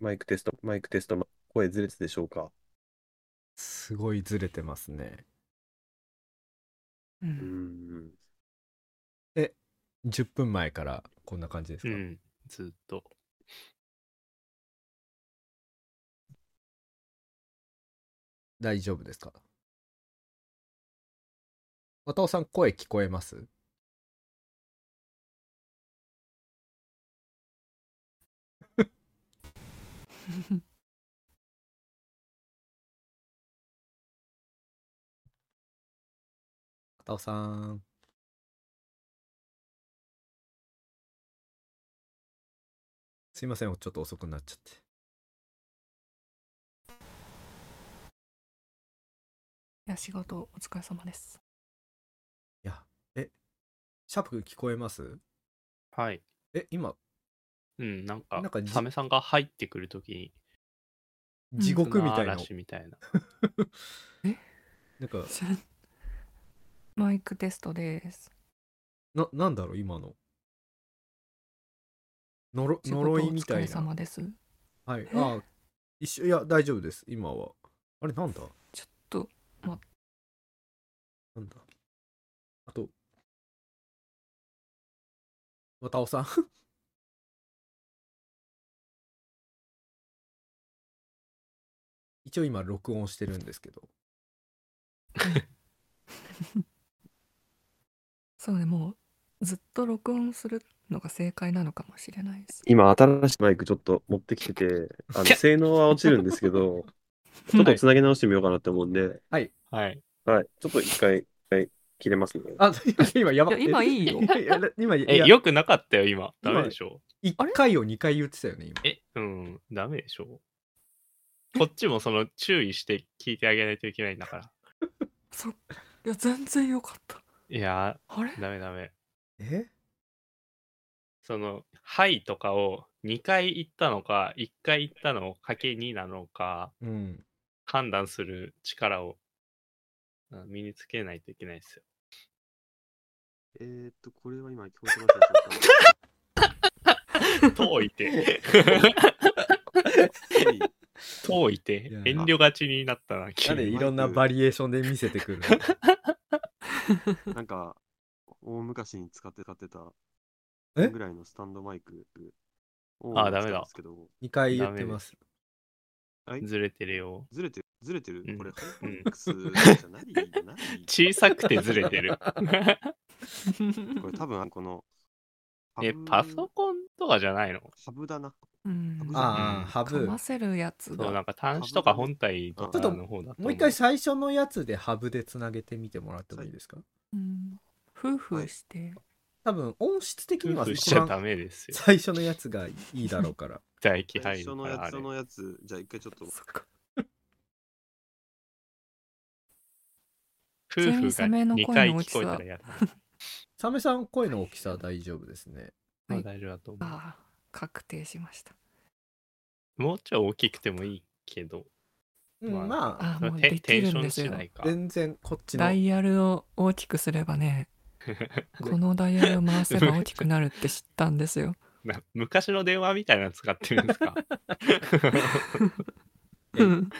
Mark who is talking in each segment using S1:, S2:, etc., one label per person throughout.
S1: マイクテスト、マイクテスト、声ずれてたでしょうか。
S2: すごいずれてますね。
S3: う。
S1: うんん。
S2: 10分前からこんな感じです
S3: う
S2: か、
S3: ん、ずっと。
S2: 大丈夫ですか渡尾さん声聞こえ ます 渡尾さんすいませんちょっと遅くなっちゃって
S4: いや、仕事お疲れ様です。
S2: いやえシャープ聞こえます
S3: はい。
S2: え今
S3: うん、なんか、
S2: なんかじ
S3: サメさんが入ってくるときに、
S2: 地獄みたいな、
S3: 嵐みたいな。
S2: なんか
S4: 知らんマイクテストです。
S2: ななんだろう今ののろ
S4: 仕事お
S2: 呪いみた
S4: 疲れ
S2: いな
S4: 様です。
S2: はいああ一緒いや大丈夫です今はあれなんだ
S4: ちょっと待っ
S2: なんだあと渡尾さん 一応今録音してるんですけど
S4: そうね、もうずっと録音するのが正解なのかもしれないです。
S1: 今、新しいマイクちょっと持ってきてて、あの
S3: キャッ
S1: 性能は落ちるんですけ ど、ちょっとつなげ直してみようかなって思うんで、
S3: はい。
S1: はい。ちょっと一回、一回切れますね。
S2: あ 今やば
S4: いや、今いいよ。
S2: いや今い
S3: え、
S2: や
S3: 良くなかったよ、今。ダメでしょ。
S2: 1回を2回言ってたよね今
S3: え、うん、ダメでしょ。こっちもその注意して聞いてあげないといけないんだから。
S4: そいや、全然よかった。
S3: いや
S4: あれ
S3: ー、ダメダメ。
S2: え
S3: その、はいとかを2回言ったのか、1回言ったのをかけ2なのか、
S2: うん
S3: 判断する力をあ身につけないといけないですよ。
S1: えーっと、これは今聞こえてますでしょうか
S3: 遠 いて、遠いて
S2: いや、
S3: 遠慮がちになったな、
S2: なんで
S3: 君。
S2: いろんなバリエーションで見せてくるの
S1: なんか、大昔に使って買ってた、
S2: え
S1: ぐらいのスタンドマイクを
S3: あーダメ
S1: 使
S3: だ
S1: うんですけど、
S2: 二回言ってます。
S1: はい、
S3: ずれてるよ。
S1: ずれてる、ずれてる、
S3: うん
S1: これ、ハ
S3: う
S1: イ
S3: ん
S1: ックスじゃない、 ない
S3: 小さくてずれてる。
S1: これ多分、この、
S3: え、パソコンとかじゃないの
S1: ハブだな。
S4: うん。
S2: ああ、ハ
S4: か
S2: ブ。
S4: ませるやつ
S3: そう、
S4: だ。
S3: なんか端子とか本体とかの方だ
S2: も
S3: と思
S2: う一回最初のやつでハブでつなげてみてもらってもいいですか
S4: うん。夫婦して。
S2: 多分音質的に
S3: 夫
S2: は
S3: 婦し
S2: 一
S3: ちゃダ
S2: 番
S3: メですよ。
S2: 最初のやつがいいだろうから。
S3: 唾液
S1: 最初
S3: 入るか
S1: の
S3: ら
S1: や
S3: あ
S1: つ
S3: れ
S1: そ。のやつ、じゃあ一回ちょっと、
S4: そっか。
S3: 夫婦
S4: ち
S3: が
S4: なみにサメの声
S3: 2
S4: の
S3: 回
S4: 大き
S3: 聞
S4: さ
S3: こえたらやだ。
S2: サメさん声の大きさ大丈夫ですね。
S3: まあ
S4: はい
S3: 大丈夫だと思
S4: ああ、確定しました。
S3: う。もうちょい大きくてもいいけど、
S2: うん、
S3: ま
S2: まあ、
S4: ああ、もう
S3: テン
S4: で
S3: テ
S4: きる
S3: ンシ
S4: ん
S3: ョ
S4: で
S3: ン
S4: す
S3: し
S4: よ
S3: な。いか。
S2: 全然こっちの
S4: ダ。イヤルを大きくすれば ね、このダイヤルを回せば大きくなるって知ったんです よ。
S3: な昔の電話みたいなの使ってるんですか
S2: え
S4: うん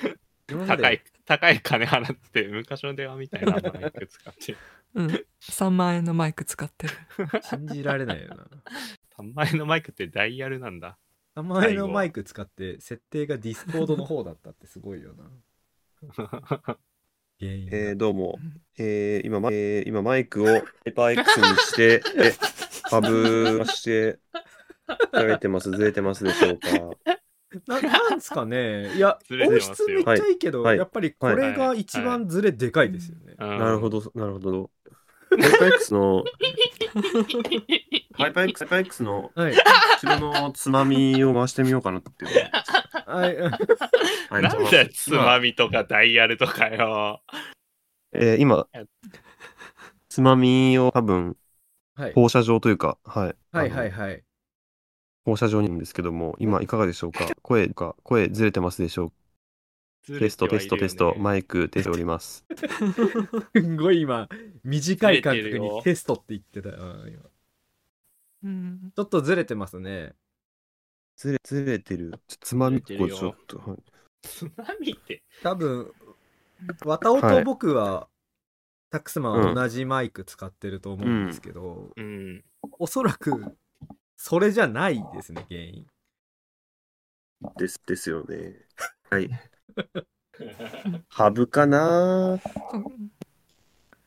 S2: 今ま
S3: 高い
S2: で、
S3: 高い金払って昔の電話みたいなマイク使ってる。
S4: うん、3万円のマイク使ってる。
S2: 信じられないよな。
S3: 3万円のマイクってダイヤルなんだ。
S2: 名前のマイク使って設定がディスコードの方だったってすごい よな。原因が。
S1: えー、どうも
S4: うん。
S1: えー、今、まえー、今マイクをエパー X にして、え、ハブして、ずれてます、ずれてますでしょうか。
S2: ななんですかねいや
S3: ずれて
S2: 音
S3: ますよ
S2: 質めっちゃいいけど、
S1: はい
S2: やっぱりこれが一番ズレでかいですよね、
S1: な
S3: な
S1: るほ。ど、なるほど。ハイパー X の、ハイパー X, ハイパー X の
S2: はい、
S1: 後ろのつまみを回してみようかなって。
S2: はい、
S1: はい
S3: なんだよつまみとかダイヤルとかよ。
S1: えー今、つまみを多分、
S2: はい、
S1: 放射状というか、はい。
S2: はいはい
S1: あの
S2: はい
S1: 放射状にいるんですけども、今いかがでしょうか声が、声ずれてますでしょうかテスト、テスト、テスト、マイク出ております。
S2: すんごい今短い間
S3: ず
S2: 隔
S3: れてる
S2: に
S3: よ
S2: テストって言ってたようん今ち
S4: うん、
S2: ょっとずれてますね
S1: ずれ、ずれてる。ちょつまみっ
S3: ずれ
S1: こ
S3: てるよ
S1: ちょっと。はい
S3: 津波って、
S2: 多分、綿尾と僕は、タックスマンは同じマイク使ってると思うんですけど、
S3: うん。
S2: おそらく、それじゃないですね、原因。
S1: です、ですよね。はい。ハブかな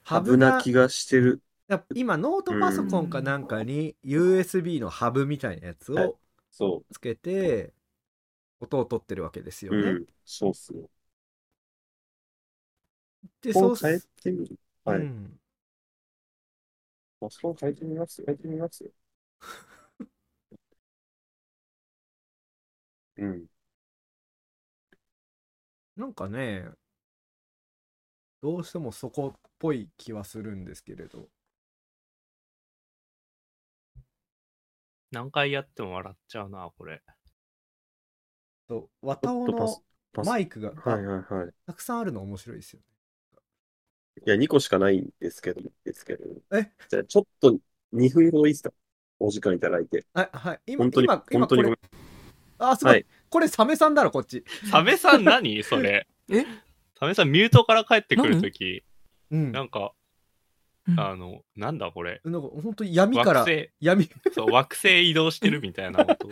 S1: ハブな気がしてる。
S2: やっぱ今ノートパソコンかなんかに USB のハブみたいなやつ
S1: はい
S2: を
S1: そ
S2: つけて音を取ってるわけですよ
S1: う。
S2: ね。
S1: うん。そうっすね。
S2: で
S1: こ
S2: そうう
S1: 変え
S2: す、
S1: てみる。はい。
S2: うん
S1: あそう変えてみます変えてみ ますうん。
S2: なんかねどうしてもそこっぽい気はするんですけれど
S3: 何回やっても笑っちゃうな、これ。
S2: と綿尾
S1: ちょっとパス
S2: の
S1: パス
S2: マイクが
S1: はいはいはい。
S2: たくさんあるの面白いですよね。
S1: いや、2個しかないんですけど、ですけど。
S2: え
S1: じゃあ、ちょっと2分ほどいいですかお時間いただいて。
S2: はいはい今
S1: 本当に、
S2: 今今
S1: 本当にご
S2: これ
S1: め
S2: あすごい、
S1: はい
S2: これサメさんだろこっち。
S3: サメさん何 それ。
S4: え
S3: サメさんミュートから帰ってくるとき、
S2: うん。
S3: な
S2: なんか
S3: んか、
S4: うん
S3: あの、なんだこれ。
S2: 本当に闇か
S3: 惑
S2: ら
S3: 星、
S2: 闇
S3: そう、惑星移動してるみたいな 音。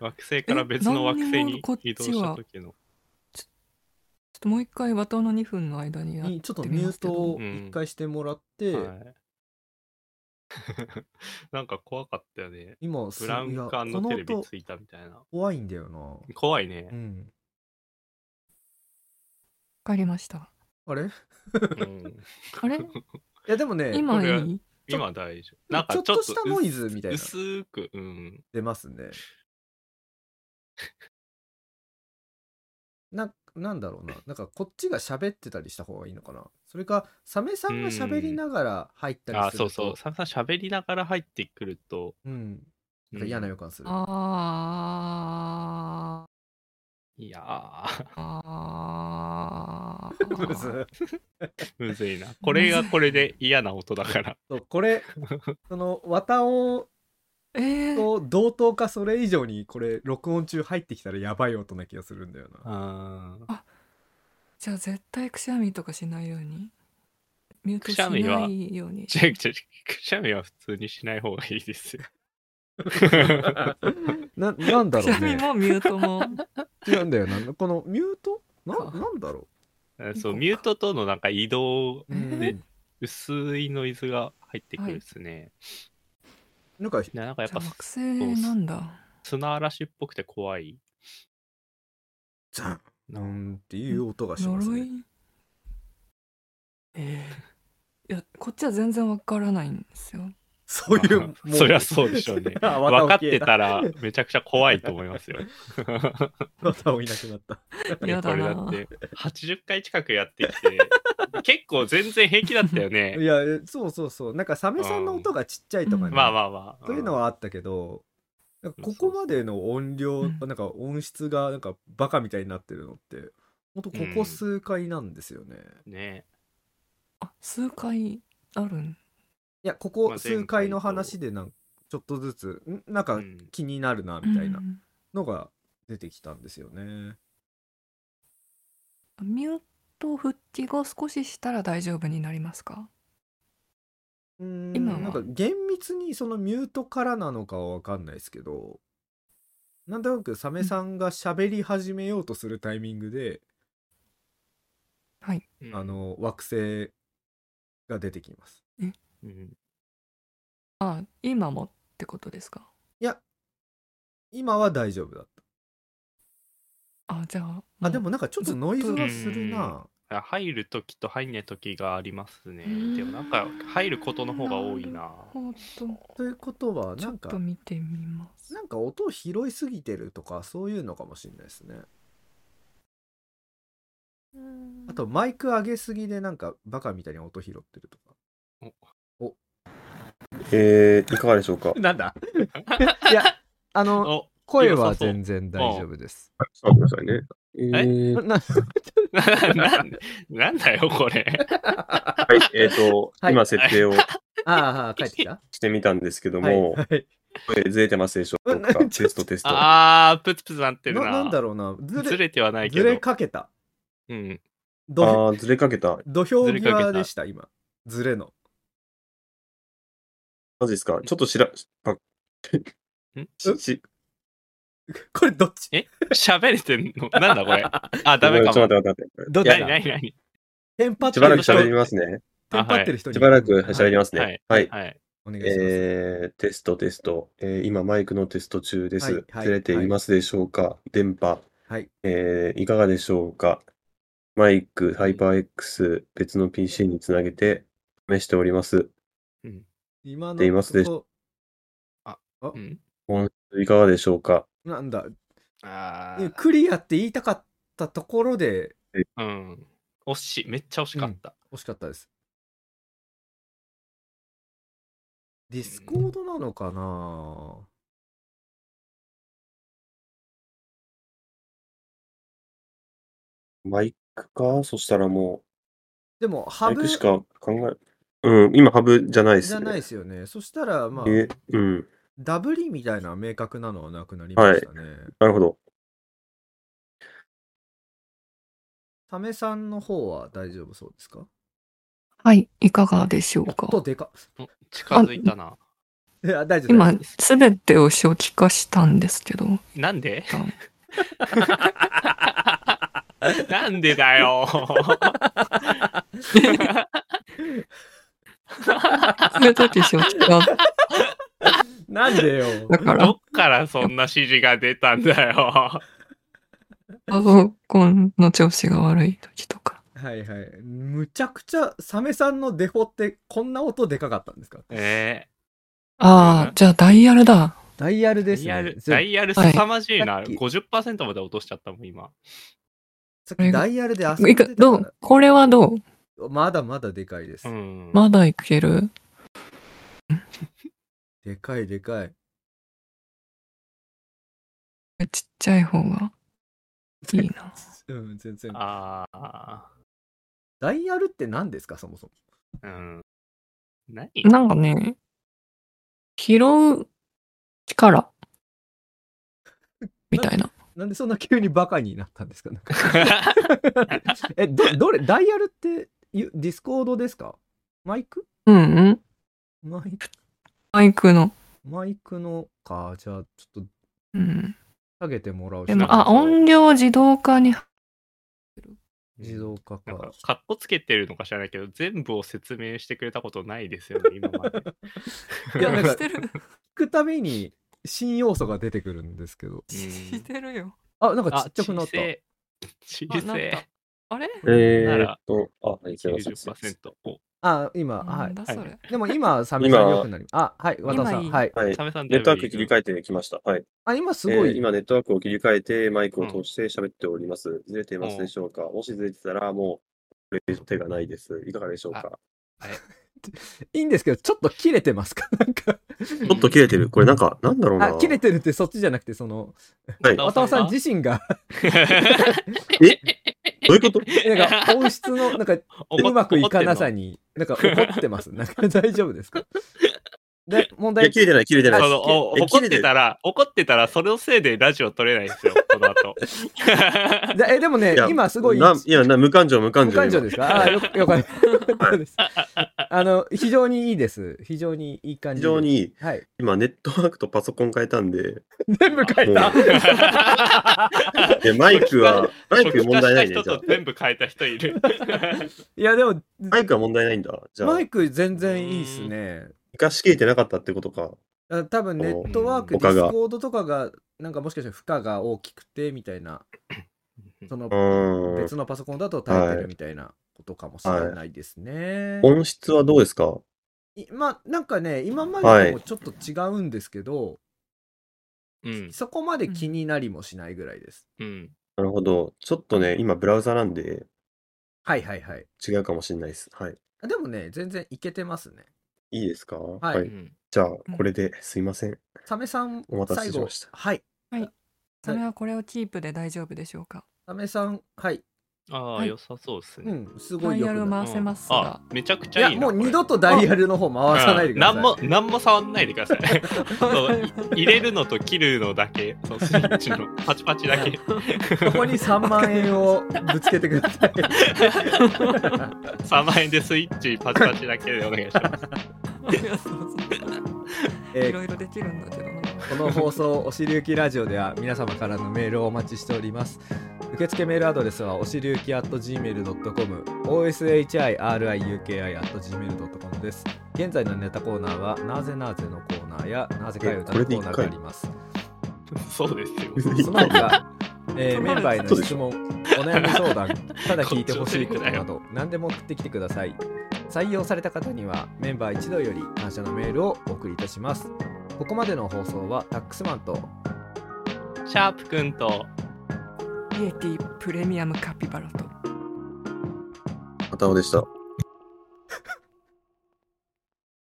S3: 惑星から別の惑星
S4: え何に
S3: に
S4: もこっちは
S3: 移動した時の。
S4: ちょっともう一回和藤の2分の間にや
S2: にちょっとミュートを
S3: うん
S2: 一回してもらって、
S3: はい、 なんか怖かったよね。
S2: 今す
S3: ブラウン管
S2: いや
S3: の
S2: こ
S3: テレビ
S2: 音
S3: ついたみたいな。
S2: 怖いんだよな。
S3: 怖いね
S2: う。ん。
S4: わかりました
S2: あれい
S3: うん
S4: あれ
S2: やでもね、
S4: 今いい
S3: 今大丈
S2: ち
S3: 夫。
S2: ょ
S3: なんかちょっ
S2: ちょ
S3: と
S2: っとしたノイズみたいな
S3: 薄薄く、うん。
S2: 出ますね。な、なんだろうな。なんかこっちが喋ってたりした方がいいのかな。それか、サメさんが喋りながら入ったり
S3: あ、
S2: すると。
S3: そうそう。さんさん喋りながら入ってくると、
S2: うん。
S3: う
S2: なんんか嫌な予感する。
S4: あー
S3: いやー、
S4: あ
S2: む
S4: ー
S2: ず
S3: むずいな。これがこれで嫌な音だ から。
S2: そうこれ、その、綿尾
S4: えー、
S2: と同等かそれ以上に、これ、録音中入ってきたらやばい音な気がするんだよな。
S3: あー
S4: じゃあ絶対くしゃみとかしないようにミュート
S3: く
S4: し
S3: しゃみは
S4: な いように
S3: 違う違う違うくしゃみは普通にしない方がいいですよ。
S2: な、なんだ
S4: く
S2: ろ
S4: しゃ
S2: う
S4: み
S2: ね。
S4: もミュートも
S2: なんだよな。このミュートな、なんだろ
S3: そう、ミュートとのなんか移動、
S2: う。
S4: うん
S2: で
S3: 薄いノイズが入ってくるですね。
S2: なんか、
S3: ななんかやっ
S4: じゃ
S3: ぱ
S4: あ惑星なんだ
S3: 砂嵐っぽくて怖い。
S2: じゃんなんていう音がします
S4: 呪
S2: ね。
S4: いええいやこっちは全然わからないんですよ
S2: そういう、もう
S3: そりゃそうでしょ うね。
S2: あ
S3: 分か
S2: 綿
S3: っ
S2: 起
S3: て
S2: きだ
S3: た らめちゃくちゃ怖いと思いま すよ。
S2: 綿をいなくなった。
S4: 嫌だ
S3: これだ
S4: な
S3: って80回近くやってきて、 結構全然平気だったよ
S2: い
S3: ね。
S2: や、そうそうそう。なんかサメさんの音がちっちゃいとかね。
S4: うん
S3: まあまあまあ。
S2: そういうのはあったけど、なんかここまでの音量、
S4: うん
S2: なんか音質がなんかバカみたいになってるのって、ほんとここ数回なんですよね。
S3: ね。
S4: あ数回あるん
S2: いや、こ
S3: ま
S2: こ
S3: あ
S2: 数回の話でなんちょっとずつ、んなん
S3: う
S2: か
S3: ん
S2: 気になるな、みたいな
S4: うん
S2: のが出てきたんですよね。
S4: ミュート復帰後少ししたら大丈夫になりますか
S2: うーん
S4: 今は
S2: なんか厳密にそのミュートからなのかは分かんないですけどなんとなくサメさんが喋り始めようとするタイミングで、
S4: はい
S3: うん
S2: あ、の惑星が出てきます
S3: うん
S4: あ今もってことですか
S2: いや今は大丈夫だっ
S4: あじゃあ
S2: たあでもなんかちょっとノイズがするな
S3: 入るときと入んないときがありますね
S4: う。ん
S3: でもなんか入ることの方が多いな。
S4: ほんと
S2: ということは
S4: ち
S2: な
S4: ょ
S2: ん
S4: っ
S2: か
S4: と見てみます
S2: なんか音を拾いすぎてるとかそういうのかもしれないですねあとマイク上げすぎでなんかバカみたいに音拾ってるとか
S1: えー、いかがでしょうか
S2: なんだ いやあ の
S3: お
S2: 声は全然大丈夫です。
S1: あ、ごめんなさいね。えー
S2: なな
S3: なんなんだよ、これ。
S1: はい、えっ、と、
S2: はい
S1: 今設定を
S2: ああ、帰ってきた
S1: してみたんですけど
S2: は い
S1: も、
S2: はい
S1: 声ずれてますでしょうか
S2: う。んちょ
S1: テストテスト。
S3: あー、プツプツなってる
S2: な
S3: な。
S2: なんだろうなず
S3: ず
S2: れ
S3: れてはないけ
S2: ず
S3: ど。
S2: れかけた
S3: うん。
S2: 土
S1: あーずれかけた。
S2: 土俵
S3: ずれかけた
S2: 際でした今ずれの
S1: マジですかちょっとしら、あ、し、し、
S2: これどっち
S3: 喋れてんのなんだこれ。あ、ダメか
S1: ちょっ
S3: も。
S1: と待って待って待
S2: ど
S1: っ。
S2: ってち
S1: い
S3: 何
S1: や
S2: だ
S3: 何何
S2: テンパっ
S1: し
S2: て
S1: ばら
S2: る
S1: く
S2: 人
S1: 喋りますね。
S2: テンパってる人に
S1: しばらく喋ります
S3: は
S1: ね
S3: い。
S1: はい。
S3: はい。
S2: お願いします、
S1: えー、テストテスト、えー、今マイクのテスト中で
S2: はい
S1: す。
S2: はい
S1: ずれていますでしょうか電波、
S2: はい
S1: えー、いかがでしょうかマイク、ハイパー X、別の PC につなげて試しております。
S2: 今
S1: てい
S2: の
S1: ますでし
S2: とこ
S3: うん。
S1: 音質いかがでしょうか
S2: なんだ
S3: あ
S2: ね
S3: ー
S2: クリアって言いたかったところで
S3: うん。惜しい。めっちゃ惜しかった。
S2: 惜しかったですディスコードなのかな
S1: マイクかそしたらも
S2: でも
S1: う、
S2: ハ
S1: マイ
S2: ブ
S1: ク
S2: じ
S1: しか考え、うん、今ハブじゃないです
S2: ゃない
S1: ね
S2: で。すよねそしたらまあ
S1: え、うん、
S2: ダブリみたいな明確なのはなくなりましたね、
S1: なるほど。
S2: サメさんの方は大丈夫そうですか
S4: はい、いかがでしょう
S2: おっ
S4: か。
S2: とでか
S3: 近づいたな。
S2: っいや大丈夫
S4: 今
S2: 大丈夫、
S4: すべてを初期化したんです けど、
S3: なんで
S4: ダメ
S3: なんでだよ。
S4: すべて初期化。
S2: なんでよ
S4: だか
S3: ど
S4: ら
S3: っ、からそんな指示が出たんだよ。
S4: パソコンの調子が悪い時とか。
S2: はいはいむちゃくちゃサメさんのデフォってこんな音でかかったんですか
S3: え
S4: ああ、じゃあダイヤルだ。
S2: ダイヤル
S3: ー、
S2: です
S3: ダイヤ
S2: ね
S3: ル、
S2: それ
S3: ダイヤル凄まじいな。
S2: はいさっき
S3: 50%まで落としちゃったもん、今。
S2: さっ
S4: これ
S2: き
S4: が
S2: ダイヤルで遊ん
S4: い
S2: でた
S4: くど
S2: か
S4: うこれはどう
S2: らまだまだでかいです、
S3: うん。
S4: まだいける
S2: でかいでかい
S4: ちっちゃい方がいいな。
S2: うん全然
S3: ああ。
S2: ダイヤルって何ですかそもそも
S3: うん。何
S4: なんかね、拾う 力みたいな。
S2: なんでそんな急にバカになったんですかなんかえどどれダイヤルってゆディスコードですかマイク
S4: うんうん。
S2: マイク
S4: マイクの。
S2: マイクのかじゃあちょっと
S4: うん。
S2: 下げてもらう
S4: で
S2: しか
S4: も、
S2: ない
S4: あ、音量自動化に。
S2: 自動化
S3: なんか
S2: か、
S3: かっこつけてるのか知らないけど、全部を説明してくれたことないですよね、今まで。
S2: いやなんか
S4: してる。
S2: 聞くたびに新要素が出てくるんですけど
S4: してるよ。
S2: あなんか
S3: あ
S2: ちっちゃくなった
S3: 小せえ
S4: あ
S3: 小
S4: な
S3: せ
S4: ん
S3: え
S4: かあれ
S1: え
S3: な
S1: ー、っ
S3: ら
S1: と、あ、はい、すいません。
S3: 90%。お、
S2: あ今
S4: な
S2: は
S4: んだ
S3: はい
S4: それ。
S2: いでも今サメさん
S1: 今
S2: よくなりあはい和田さ
S4: 今
S2: ん
S4: いい
S2: はい
S1: はい
S3: サ。メさん
S1: ネットワーク切
S3: 切
S1: り替えてきました。はい。
S2: あ今すご
S1: えー
S2: い、
S1: 今、ネットワークを切り替えて、マイクを通して喋っております。ずれていますでしょうかもしずれてたら、もう、これ以上手がないです。いかがでしょうか
S2: いいんですけどちょっと切れてま すかなんか
S1: ちょっと切れてる。これなんか、なんだろうな。
S2: あ切れてるってそっちじゃなくてその
S1: はい。
S3: ど
S1: ど
S3: う
S2: 和田さん自身が
S1: ういうこと
S2: なんか音質のなんか うまくいかなさ
S3: に。
S2: になんか怒っ てますなんか大丈夫ですかで問
S1: いや、
S2: 題
S1: 切れてない、切れてない
S3: そ
S1: です。
S3: のお
S1: え
S3: 怒ってたら、怒ってたら、それのせいでラジオ撮れないんですよ、この後。
S2: でえでもね
S1: いや
S2: 今すごい
S1: ないやな、無感情、無感
S2: 無
S1: 情。。
S2: 感情ですすかあーよよか ったですあの非常にいいです非常にいい感じ
S1: 非
S2: です
S1: 常にいい。
S2: はい
S1: 今、ネットワークとパソコン変えたんで、
S2: 全部書いた
S1: えマイクは、マイク問題ない
S3: 初
S1: ね、じゃあ
S3: 期化した人と。全部変えた人 いる。
S2: いやでも
S1: マイクは問題ないんだ。じゃあ
S2: マ、イク全然いいっすね
S1: 生かしきれてなかったってことか。
S2: あ多分ネットワーク
S1: う
S2: デ
S1: ん他が
S2: ィスコードとかがなんかもしかしたら負荷が大きくてみたいなその
S1: うーん。
S2: 別のパソコンだと耐えてるみたいなことかもしれないですね。
S1: 音質はどうですか
S2: いまあなんかね今までともちょっと違うんですけど、
S3: うん、
S2: そこまで気になりもしないぐらいです。
S3: うん。
S1: なるほど。ちょっとね、今、ブラウザなんで、
S2: はいはいはい。
S1: 違うかもしれないです。はい。
S2: あでもね全然いけてますね。
S1: いいですか
S2: い
S1: は
S3: う
S1: い。
S3: ん
S1: じゃあ、これですいません。
S2: サメさん
S1: お待たせ
S2: 最
S1: し
S2: 後
S1: ました
S2: はい
S4: それはこれをキープで大丈夫でしょうか
S2: サメさんはい
S3: ああ、
S4: はい
S3: 良さそうです
S2: う
S3: ね。
S2: ん、すご
S4: ダ
S2: い
S4: イ
S2: よく
S4: ヤル
S2: な
S4: 回せます
S3: あ
S4: が、、
S3: めちゃくち
S2: い
S3: ゃ
S2: や
S3: いいな。
S2: もう
S3: これ
S2: 二度とダイヤルの方回さないでください。
S3: うん何も、何も触んないでく ださい。そうい入れるのと切るのだけ、そうスイッチのパチパチだけ、
S2: こ こに3万円をぶつけてください。
S3: 3万円でスイッチパチパチだけでお願いします。
S2: え
S4: い
S2: ー
S4: ろいろできるんだけどな。
S2: この放送、おしりゆきラジオでは皆様からのメールをお待ちしております。受付メールアドレスはおしりゆき at gmail.com、oshiriuki at gmail.com です。現在のネタコーナーは、なぜなぜのコーナーや、なぜかよ歌のコーナーがあります。
S3: そうです よ。
S2: その他、えーメンバーへの質問、お悩み相談、ただ聞いてほしいこと
S3: こっちのセリフだよ
S2: など、何でも送ってきてください。採用された方には、メンバー一同より感謝のメールをお送りいたします。ここまでの放送は、タックスマンと、
S3: シャープくんと、
S4: イエティプレミアムカピバラと。
S1: 片尾でした。